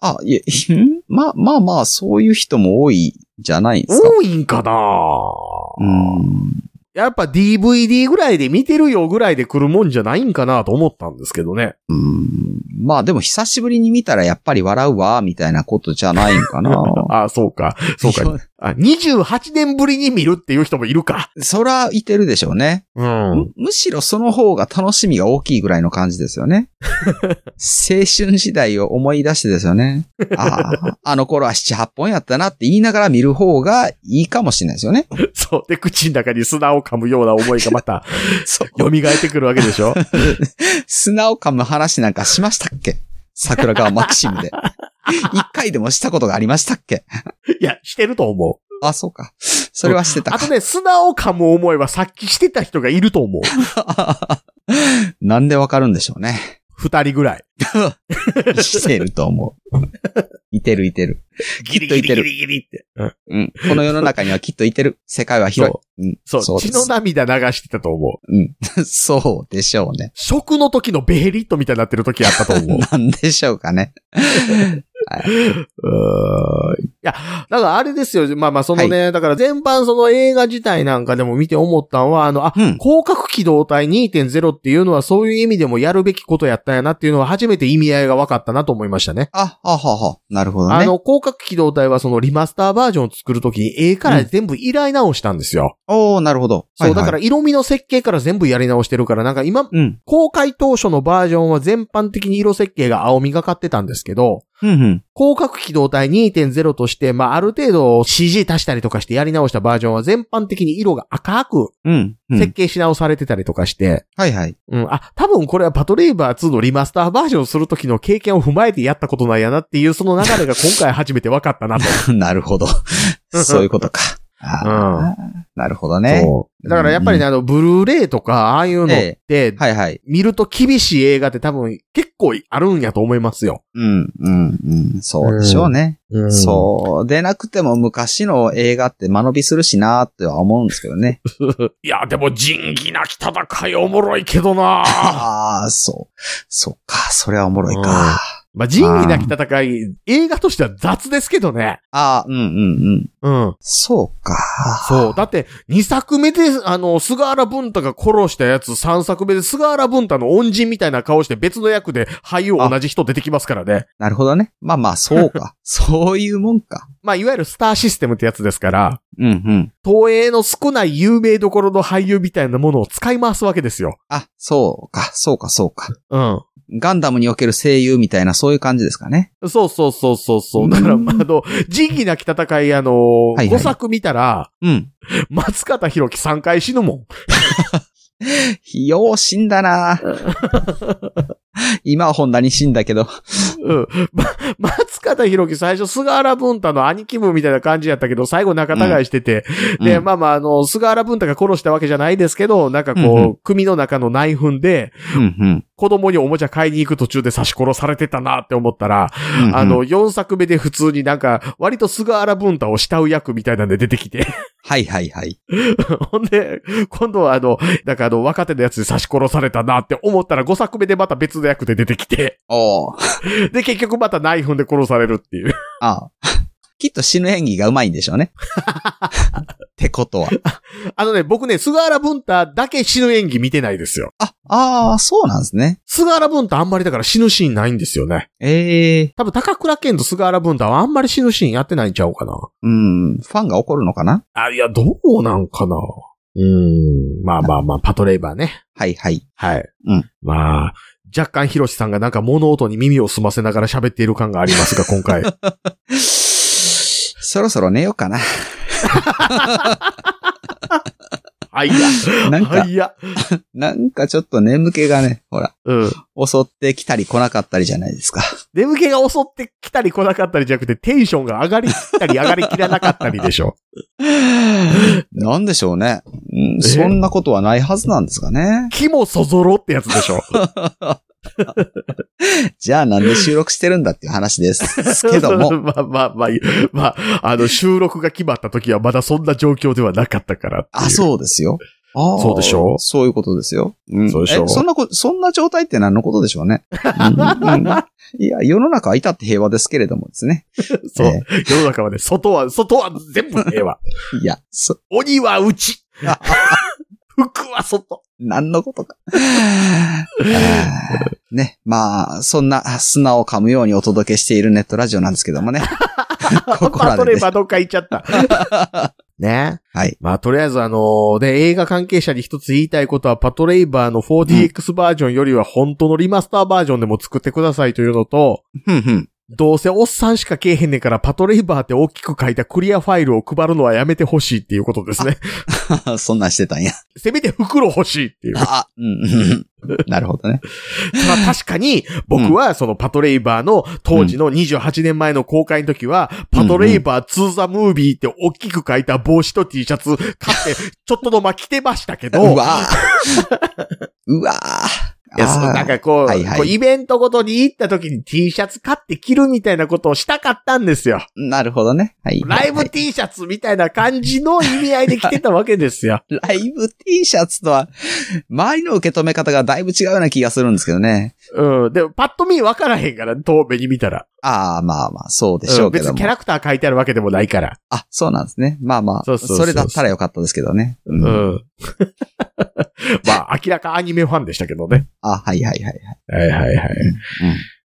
あ、いえ、 んまあまあまあ、そういう人も多いじゃないですか。多いんかなうん。やっぱ DVD ぐらいで見てるよぐらいで来るもんじゃないんかなと思ったんですけどね。うん。まあでも久しぶりに見たらやっぱり笑うわ、みたいなことじゃないんかな。あそうか。 そうか。あ、28年ぶりに見るっていう人もいるか。 そら、いてるでしょうね。うん。むむしろその方が楽しみが大きいぐらいの感じですよね。青春時代を思い出してですよね。あ あ、あの頃は7、8本やったなって言いながら見る方がいいかもしれないですよね。そう。で、口の中に砂を噛むような思いがまたそう。蘇ってくるわけでし ょ。砂を噛む話なんかしましたっけ桜川マキシムで。一回でもしたことがありましたっけいや、してると思う。あ、そうか。それはしてたあとか。ね、砂を噛む思いはさっきしてた人がいると思う。なんでわかるんでしょうね。二人ぐらい。してると思う。いてるいてる。ギリギリギリリギリって。うん。この世の中にはきっといてる。世界は広い。うん、そう、そうで血のす。涙流してたと思う。そうでしょうね。食の時のベヘリットみたいになってる時あったと思う。 なんでしょうかね。うーんいや、だからあれですよ。まあまあ、そのね、だから全般その映画自体なんかでも見て思ったのは、あの、あ、うん。広角機動隊2.0っていうのはそういう意味でもやるべきことやったんやなっていうのは初めて意味合いが分かったなと思いましたね。あ、ははは。なるほどね。あの、広角機動隊はそのリマスターバージョンを作るときに絵から全部依頼直したんですよ。おー、なるほど。。そう、だからら色味の設計から全部やり直してるから、なんか今、うん。公開当初のバージョンは全般的に色設計が青みがかってたんですけど、うんうん。広角機動隊2.0として、まあ、ある程度 CG 足したりとかしてやり直したバージョンは全般的に色が赤くうん。う設ん。計し直されてたりとかして、はいはい。 うん、あ、多分これはパトレイバー2のリマスターバージョンする時の経験を踏まえてやっ たことなんやなっていうその流れが今回初めて分かったなと。なるほど。そういうことか。あーなるほどね。そうだからやっぱりね、あの、ブルーレイとか、ああいうのって、はいはい。見ると厳しい映画って多分結構あるんやと思いますよ。うん、うん、うん。そうでしょうね。う。そう。でなくても昔の映画って間延びするしなーっては思うんですけどね。いや、でも仁義なき戦いおもろいけどなああ、そう。そっか。それはおもろいか。まあ、仁義なき戦い、映画としては雑ですけどね。ああ、うんうんうん。うん。そうか。そう。だって、2作目で、あの、菅原文太が殺したやつ、3作目で菅原文太の恩人みたいな顔して別の役で俳優同じ人出てきますからね。なるほどね。まあまあ、そう か。そういうもんか。まあ、いわゆるスターシステムってやつですから、うんうん。東映の少ない有名どころの俳優みたいなものを使い回すわけですよ。あ、そうか、そうか、そうか。うん。ガンダムにおける声優みたいな、そういう感じですかね。そうそうそうそうそう。だから、あの、仁義なき戦い、あの、はい5作見たら、うん。 松方弘樹3回死ぬもん。よう死んだな 今は本田に死んだけど。うん。ま、松方弘樹最初、菅原文太の兄貴分みたいな感じやったけど、最後仲違いしてて、で、うんまあまあ、あの、菅原文太が殺したわけじゃないですけど、なんかこう、うんうん組の中の内紛で、うんうん子供におもちゃ買いに行く途中で刺し殺されてたなって思ったら、うんうんあの、4作目で普通になんか、割と菅原文太を慕う役みたいなんで出てきて、はいはいはい。 ほんで、今度はあの、なんかあの、若手のやつに刺し殺されたなって思ったら、5作目でまた別の役で出てきて、 おーで、結局また内紛で殺されるっていう。ああ。きっと死ぬ演技がうまいんでしょうね。ってことは。 あのね、僕ね、菅原文太だけ死ぬ演技見てないですよ。あ、ああ、そうなんですね。菅原文太あんまりだから死ぬシーンないんですよね。ええ多分高倉健と菅原文太はあんまり死ぬシーンやってないんちゃうかな。うん、ファンが怒るのかなあ、いや、どうなんかな。うーん。まあまあ まあ、パトレイバーね。はいはい。はい。うん。まあ、若干ヒロシさんがなんか物音に耳を澄ませながら喋っている感がありますが、今回。そろそろ寝ようかな。あいや。 なんかあいや。なんかちょっと眠気がね、ほら、うん。襲ってきたり来なかったりじゃないですか。眠気が襲ってきたり来なかったりじゃなくて、テンションが上がりきったり上がりきらなかったりでし ょ。なんでしょうね、うんえそんなことはないはずなんですがね。気もそぞろってやつでしょ。じゃあなんで収録してるんだっていう話です。けども、 まあまあまあ、まあ、あの、収録が決まった時はまだそんな状況ではなかったからっていう。あ、そうですよ。あーそうでしょそういうことですよ。うんそうでしょえそんなこ、そんな状態って何のことでしょうね。うんうんいや、世の中は至って平和ですけれどもですね。そう。え世の中はね、外は、外は全部 平和。いや、そ、鬼は内。 服は外。何のことか。あーね。まあ、そんな砂を噛むようにお届けしているネットラジオなんですけども ね。ここパらトで、レーね。バーどっか行っち ゃった。 ね。はい。まあ、とりあえずあのーね、映画関係者に一つ言いたいことは、パトレイバーの 4DX バージョンよりは本当のリマスターバージョンでも作ってくださいというのと、ふんふん。どうせおっさんしかけえへんねんから、パトレイバーって大きく書いたクリアファイルを配るのはやめてほしいっていうことですね。 そんなんしてたんや。せめて袋欲しいっていう。あ、うんうんうん。なるほどね。まあ確かに、僕はそのパトレイバーの当時の28年前の公開の時は、パトレイバー2ザムービーって大きく書いた帽子と T シャツ買って、ちょっとの間着てましたけうど、わーうわーいやそうあーなんかこう、はいはいこうイベントごとに行った時に T シャツ買って着るみたいなことをしたかったんですよ。なるほどね。はい。ライはブい T シャツみたいな感じの意味合いで着てたわけです よ。ライブ T シャツとは、周りの受け止め方がだいぶ違うような気がするんですけどね。うん。でも、パッと見分からへんから、遠目に見たら。ああ、まあまあ、そうでしょうんうけ別どにもキャ。ラクター書いてあるわけでもないから。あ、そうなんですね。まあまそうあ、そうそうそれだったらよかったですけどね。ううんん。 まあ、明らかアニメファンでしたけどね。あ、はいはいはい。はいはいはい。うん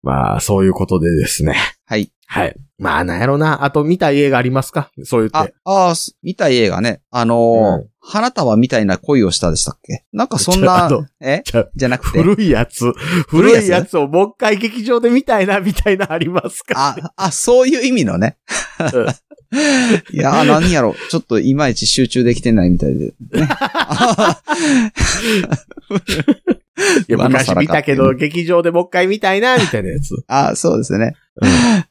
まあ、そういうことでですね。はい。はい。まあ、なんやろな。あと、見たい映画ありますかそう言っあて。、ああ、す見たい映画ね。あのーうん花束みたいな恋をしたでしたっけなんかそんちょな、あのえちょじゃなくて。古いやつ。古いやつ 古いやつをもう一回劇場で見たいな、 みたいなありますかあ、あ、そういう意味のね。 いやー、何やろ。ちょっといまい ち集中できてないみたいで、ね。や、今の昔更見たけかど、って劇場でもう一回見たいな、みたいなやつ。あ、そうですね。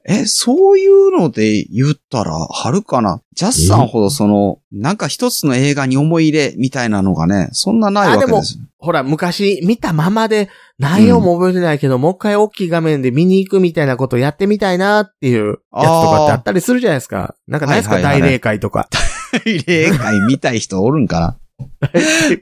え、そういうので言ったら、はるかな。ジャスさんほどその、なんか一つの映画に思い入れみたいなのがね、そんなないわけですよ。 ほら、昔見たままで、内容も覚えてないけど、もう一回大きい画面で見に行くみたいなことやってみたいなっていうやつとかってあったりするじゃないですか。なんかないですか、はいはいはい大霊会と か。映画見たい人おるんかな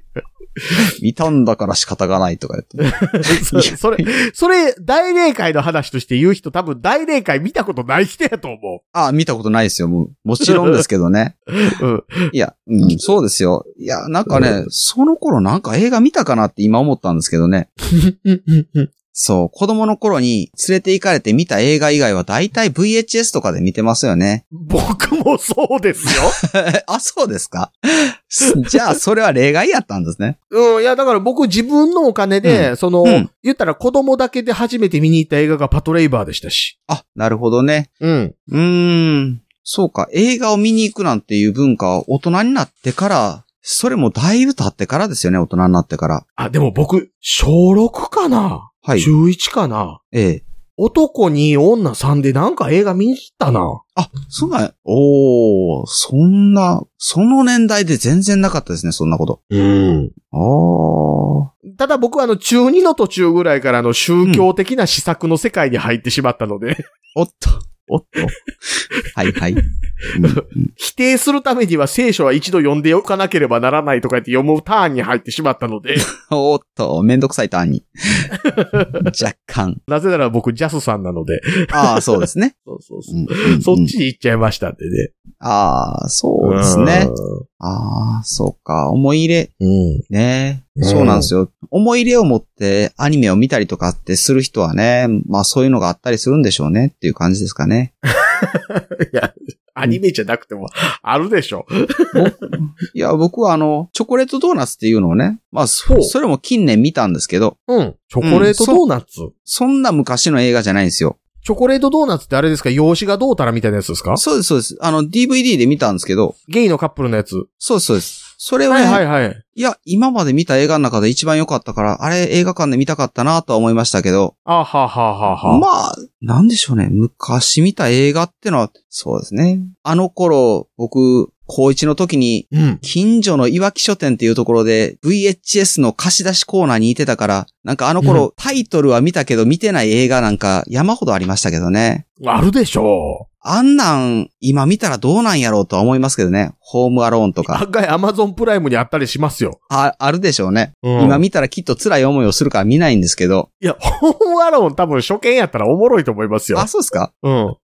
見たんだから仕方がないとか言って。そ それ、それ、大霊会の話として言う人多分大霊会見たことない人やと思あ、見たことないですよ。もうもちろんですけどね。う。うん。いや、うん、そうですよ。いや、なんかね、その頃なんか映画見たかなって今思ったんですけどね。そう、子供の頃に連れて行かれて見た映画以外は大体 VHS とかで見てますよね。僕もそうですえ あ、そうですかじゃあ、それは例外やったんですね。よ。うん、いや、だから僕自分のお金で、その、うん言ったら子供だけで初めて見に行った映画がパトレイバーでしたし。あ、なるほどね。うん。うーん。そうか、映画を見に行くなんていう文化は大人になってから、それもだいぶ経ってからですよね、大人になってから。あ、でも僕、小6かなはい。中1かなええ。男に女3でなんか映画見に行ったな。あ、そんな、おー、そんな、その年代で全然なかったですね、そんなこと。うん。あただ僕はあの中2の途中ぐらいからあの宗教的な施策の世界に入ってしまったので、 ー。おっと、おっと。 はいはい。うん うん否定するためには聖書は一度読んでおかなければならないとか言って読むターンに入ってしまったので、 おっと、めんどくさいターンに。若干。なぜなら僕ジャスさんなので、ああ、そうですね。そうそうそううんうんうんそっちに行っちゃいましたんでね。ああ、そうですね。ああ、そうか。思い入れ、うん。ね。うんそうなんですよ。思い入れを持ってアニメを見たりとかってする人はね、まあそういうのがあったりするんでしょうねっていう感じですかね。いや、アニメじゃなくても、あるでしょ。いや、僕はあの、チョコレートドーナツっていうのをね、まあほそうそれも近年見たんですけど、うん。チョコレートドーナツ。そんな昔の映画じゃないんですよ。チョコレートドーナツってあれですか用紙がどうたらみたいなやつですかそうです、そうです。あの、DVD で見たんですけど、ゲイのカップルのやつ。そうです、そうです。それをはね、いいはいはい。や、今まで見た映画の中で一番良かったから、あれ映画館で見たかったなとは思いましたけど、あはははは。まあ、なんでしょうね。昔見た映画ってのは、そうですね。あの頃、僕、高一の時に、うん。近所のいわき書店っていうところで VHS の貸し出しコーナーにいてたから、なんかあの頃、タイトルは見たけど見てない映画なんか山ほどありましたけどね。あるでしょう。あんなん、今見たらどうなんやろうとは思いますけどね。ホームアローンとか。案外アマゾンプライムにあったりしますよ。あ、あるでしょうね。うん今見たらきっと辛い思いをするから見ないんですけど。いや、ホームアローン多分初見やったらおもろいと思いますよ。あ、そうですかうん。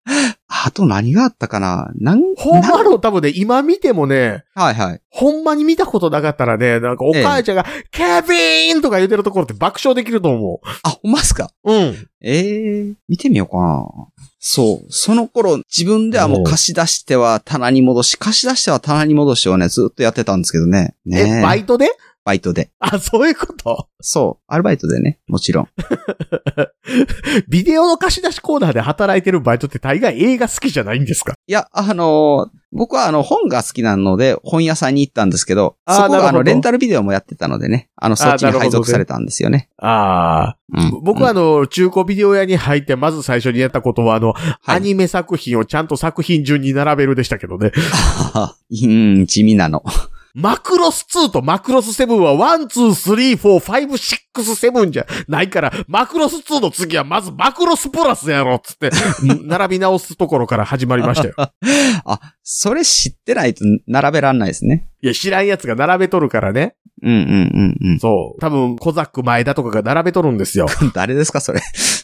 あと何があったかななん、ホームなアローン多分ね、今見てもね、はいはい。ほんまに見たことなかったらね、なんかお母ちゃんが、ケビーンとか言ってるところって爆笑できると思あ、ほんまっすかう。うん。ええ見てみようかな。そう。その頃、自分ではもう貸し出しては棚に戻し、貸し出しては棚に戻しをね、ずっとやってたんですけどね。ねえ、バイトで バイトで。あ、そういうこと。 そう。アルバイトでね。もちろん。ビデオの貸し出しコーナーで働いてるバイトって大概映画好きじゃないんですかいや、あのー僕はあの、本が好きなので、本屋さんに行ったんですけど、あーそこながるほあどの、レンタルビデオもやってたのでね、あの、そっちあにーなるほど配属されたんですよね。ああ。うん僕はあ、の、中古ビデオ屋に入って、まず最初にやったことは、あの、はいアニメ作品をちゃんと作品順に並べるでしたけどね。 うん、うん地味なの。 マクロス2とマクロス7は1、2、3、4、5、6、7じゃないから、マクロス2の次はまずマクロスプラスやろっつって、並び直すところから始まりま したよ。あ、それ知ってないと並べらんないですね。いや、知らんやつが並べとるからね。うんうんうんそう。多分、コザック前田とかが並べとる んですよ。うん。誰ですか、それ。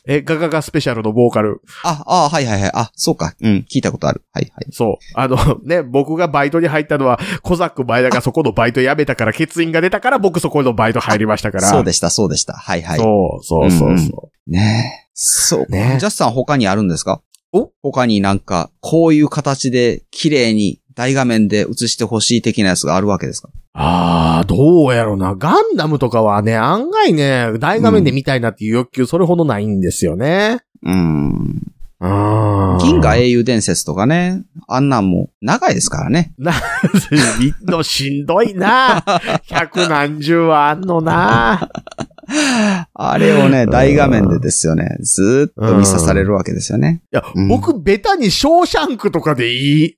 え、ガガガスペシャルのボーカル。あ、あはいはいはい。あ、そうか。うん、聞いたことある。はいはい。そう。あの、ね、僕がバイトに入ったのは、コザック前田がそこのバイト辞めたから、欠員が出たから、僕そこのバイト入りましたから。そうでした、そうでした。はいはい。そう、そうそうそねえ。そうか。ねえジャスさん他にあるんですかお他になんか、こういう形で綺麗に大画面で映してほしい的なやつがあるわけですかう。ああ、どうやろな。ガンダムとかはね、案外ね、大画面で見たいなっていう欲求、それほどないんですよね。うーん。あ銀 河英雄伝説とかね。あんなんも長いですからね。見んのしんどいな。百何十はあんのな。あれをね、大画面でですよね、ずーっと見さされるわけですよね。いや、うん僕、ベタにショーシャンクとかでいい。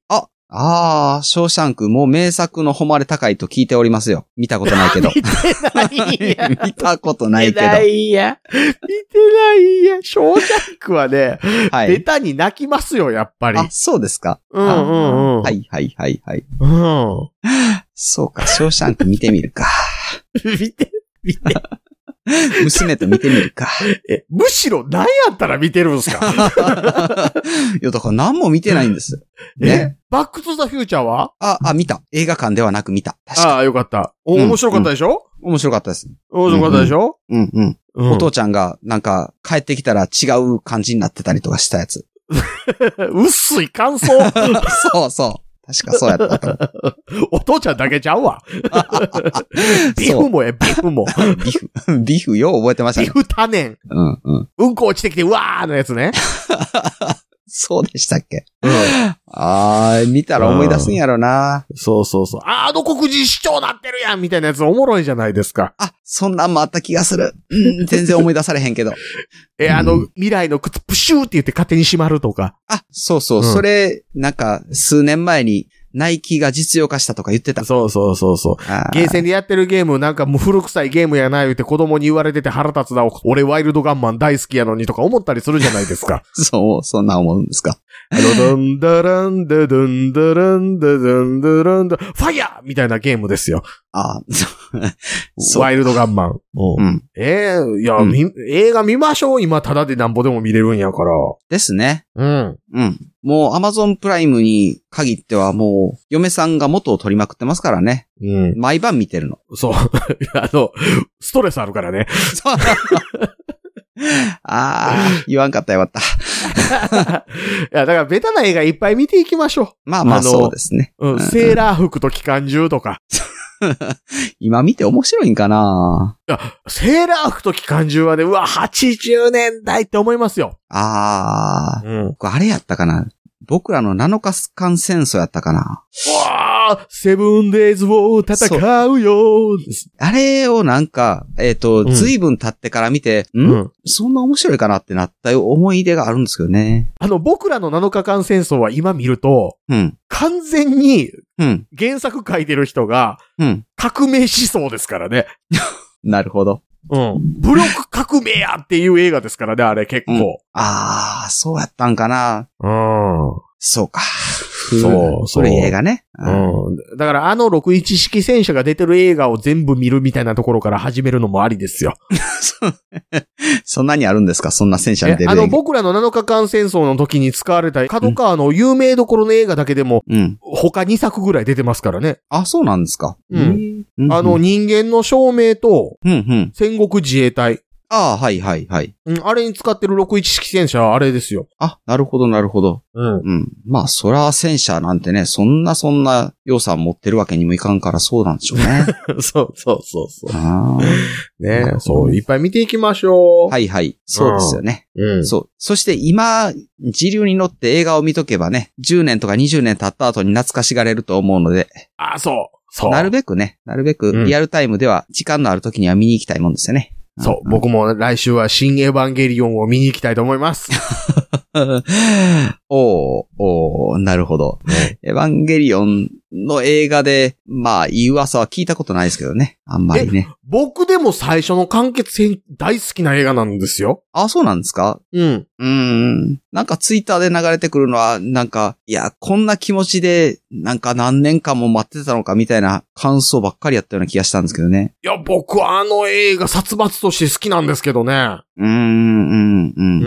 ああ、ショーシャンク、もう名作の誉れ高いと聞いておりますよ。見たことないけど。見て ないんや。 見たことないけど。見てないんや。見てないんや。ショーシャンクはね、はベい。タに泣きますよ、やっぱり。あ、そうですか。うんうんうん。はいはいはいはい。うん。そうか、ショーシャンク見てみる か。見て、見て。娘と見てみるか。 え、むしろ何やったら見てるんすかいや、だから何も見てないんです。 ね。バックトゥザフューチャーはあ、あ、見た。映画館ではなく見た。確かああ、よかった。お、うん面白かったでしょ、面白かったです。面白かったでしょ、うんうん。うんお父ちゃんが、なんか、帰ってきたら違う感じになってたりとかしたやつ。 薄い感想。そうそう。確かそうやったと思う。お父ちゃんだけちゃ うわ。ビそフう。もえ、ビフ も。ビフ。ビフよう覚えてましたビね。フ多年。うんうん。うんこ落ちてきて、うわーのやつね。そうでしたっけうんあー、見たら思い出すんやろな。そうそうそう。あー、あの黒人市長なってるやんみたいなやつおもろいじゃないですか。あ、そんなんもあった気がする。うん、全然思い出されへんけど。え、あの、う未来の靴プシューって言って勝手に閉まるとか。あ、そうそう、うんそれ、なんか、数年前に、ナイキが実用化したとか言ってた。そうそうそうそう。あーゲーセンでやってるゲーム、なんかもう古臭いゲームやないって子供に言われてて腹立つな、俺ワイルドガンマン大好きやのにとか思ったりするじゃないですか。そう、そんなん思うんですか。ドドンダランダドンダランダドンダランダ、ファイヤーみたいなゲームですよ。あーそうそう。ワイルドガンマン。うん。ええいや、うんみ映画見ましょう。今、ただでなんぼでも見れるんやから。ですね。うん。うん。もう、アマゾンプライムに限ってはもう、嫁さんが元を取りまくってますからね。うん。毎晩見てるの。 そう。 あの、ストレスあるからね。そう。あー、言わんかったよかった。いや、だから、ベタな映画いっぱい見ていきましょまあまああ、のそうですね。う。うん。セーラー服と機関銃とか。今見て面白いんかなセーラー服と機関銃はね、うわ、80年代って思いますよ。あー、うん。僕あれやったかな僕らの7日間戦争やったかなわーセブンデイズを戦うよあれをなんか、えっ、と、うん随分経ってから見て、、うんん。そんな面白いかなってなった思い出があるんですけどね。あの、僕らの7日間戦争は今見ると、うん。完全にうん。原作書いてる人がうん。革命思想ですからね。なるほど。うん。武力革命やっていう映画ですからね、あれ結構。あー、そうやったんかな。うん。そうか。そうそう古い映画ね。うんうん。だからあの61式戦車が出てる映画を全部見るみたいなところから始めるのもありですよ。 そんなにあるんですかそんな戦車に出えるあ映の画。僕らの7日間戦争の時に使われた角川の有名どころの映画だけでもうん。他2作ぐらい出てますからね。あ、そうなんですか。うんん。うんあうのん、人間の証明とうん。戦国自衛隊。あー、はいはいはい。うん、あれに使ってる61式戦車はあれですよ。あ、なるほどなるほど。うん。うん。まあ、そら戦車なんてね、そんなそんな予算持ってるわけにもいかんからそうなんでしょう ね。 そうそうそうそあーう。ねそう、いっぱい見ていきましょう。はいはい。そうですよね。うん。そう。そして今、時流に乗って映画を見とけばね、10年とか20年経った後に懐かしがれると思うので、あ、そう。そう。なるべくね、なるべうんくリアルタイムでは、時間のある時には見に行きたいもんですよね。そう。僕も来週は新エヴァンゲリオンを見に行きたいと思 います。 おー、おー、なるほど。エヴァンゲリオンの映画で、まあ、いい噂は聞いたことないですけどね。あんまりね。僕でも最初の完結編大好きな映画なんですよ。あ、そうなんですかうん。うーん。なんかツイッターで流れてくるのは、なんか、いや、こんな気持ちで、なんか何年間も待ってたのかみたいな感想ばっかりやったような気がしたんですけどね。いや、僕はあの映画殺伐として好きなんですけどね。うーん、うん、うん。うんう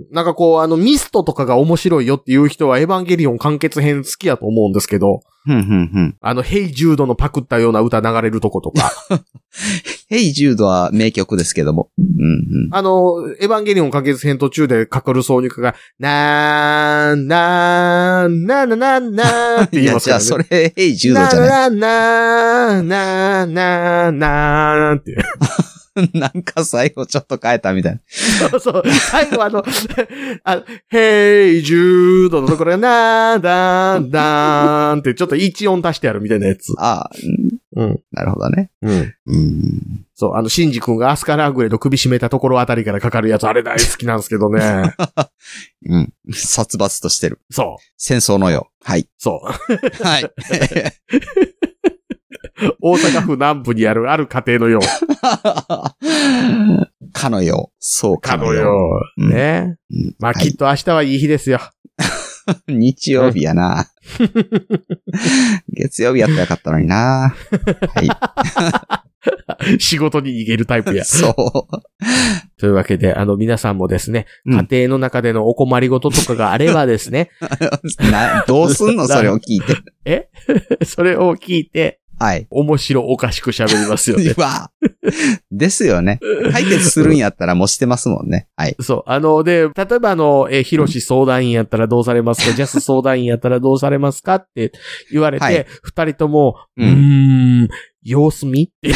ん。なんかこう、あの、ミストとかが面白いよっていう人はエヴァンゲリオン完結編好きやと思うんですけど、ふんふんふん。あの、ヘイジュードのパクったような歌流れるとこ とか、ヘイジュードは名曲ですけども。うん、あの、エヴァンゲリオン完結編途中でかかる挿入歌が、なーん、なーん、なーなななーってうん。い言いや、ますじかゃらあね。それ、ヘイジュードなじゃない。ーなーなーなーなーなーって。なんか最後ちょっと変えたみたいな。そう そう。最後あの、あヘイジュードのところが、なーだーだーんってちょっと一音足してあるみたいなやつ。ああ、うんうん。なるほどね。うん。うん。そう、あの、シンジ君がアスカラーグレード首絞めたところあたりからかかるやつ、あれ大好きなんですけど ね。うん。殺伐としてる。そう、戦争の世。はい。そう。はい。大阪府南部にあるある家庭のよう。 かのよう。そうかかののよようんう。ね。う。うんまあ、はいきっと明日はいい日ですよ。日曜日やな。 月曜日やったらよかったのにな。仕事に逃げるタイプや。そう。というわけで、あの、皆さんもですね、うん家庭の中でのお困りごととかがあればで すね、などうすんのそれを聞いて。それを聞いて、はい。面白おかしく喋りますよ ね。うわですよね。解決するんやったらもうしてますもんね。はい。そう。あの、で、例えばあの、え、ヒロシ相談員やったらどうされますかジャス相談員やったらどうされますかって言われはてい、二、人とも、ううんーん、様子見って、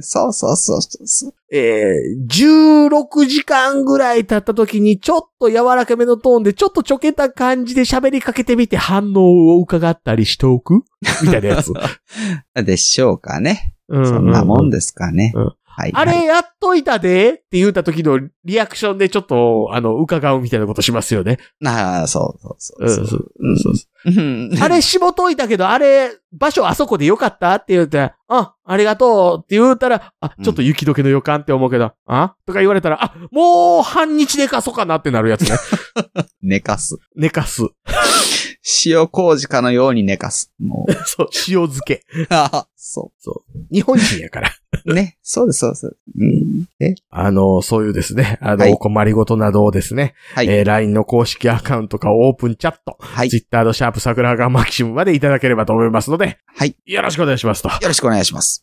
そうそうそうそうそう。えー、16時間ぐらい経った時に、ちょっと柔らかめのトーンで、ちょっとちょけた感じで喋りかけてみて反応を伺ったりしておくみたいなや つ。でしょうかね。うんそんなもんですかね。うんはい。あはいれやっといたでって言った時のリアクションでちょっと、あの、伺うみたいなことしますよね。なあ、そうそうそうそう。うんそううんあれ絞といたけど、あれ、場所あそこでよかったって言うて、あ、ありがとうって言うたら、あ、ちょっと雪解けの予感って思うけど、あとか言われたら、あ、もう半日寝かそうかなってなるや つね。寝かす。寝かす。塩麹かのように寝かす。もう。 そう、塩漬け。あそ日本人やから。う。ね。そうです、そうです。うん、えあの、そういうですね、あの、はいお困りごとなどをですね、はいえー LINE の公式アカウントかオープンチャット、はい。ツイッターのシャープ桜川マキシムまでいただければと思いますので、はい。よろしくお願いしますと。よろしくお願いします。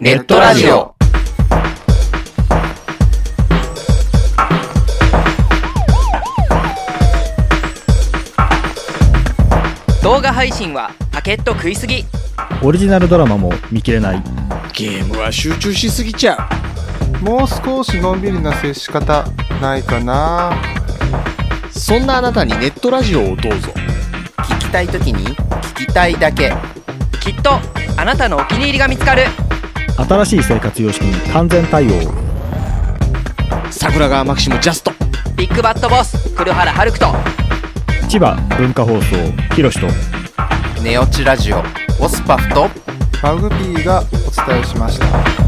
ネットラジオ。動画配信はパケット食いすぎオリジナルドラマも見切れないゲームは集中しすぎちゃう。もう少しのんびりな接し方ないかなそんなあなたにネットラジオをどうぞ。聞きたいときに聞きたいだけ。きっとあなたのお気に入りが見つかる新しい生活様式に完全対応桜川マキシムジャスト。ビッグバットボス黒原遥人千葉文化放送ひろしとネオチラジオ。オスパフとマグピーがお伝えしました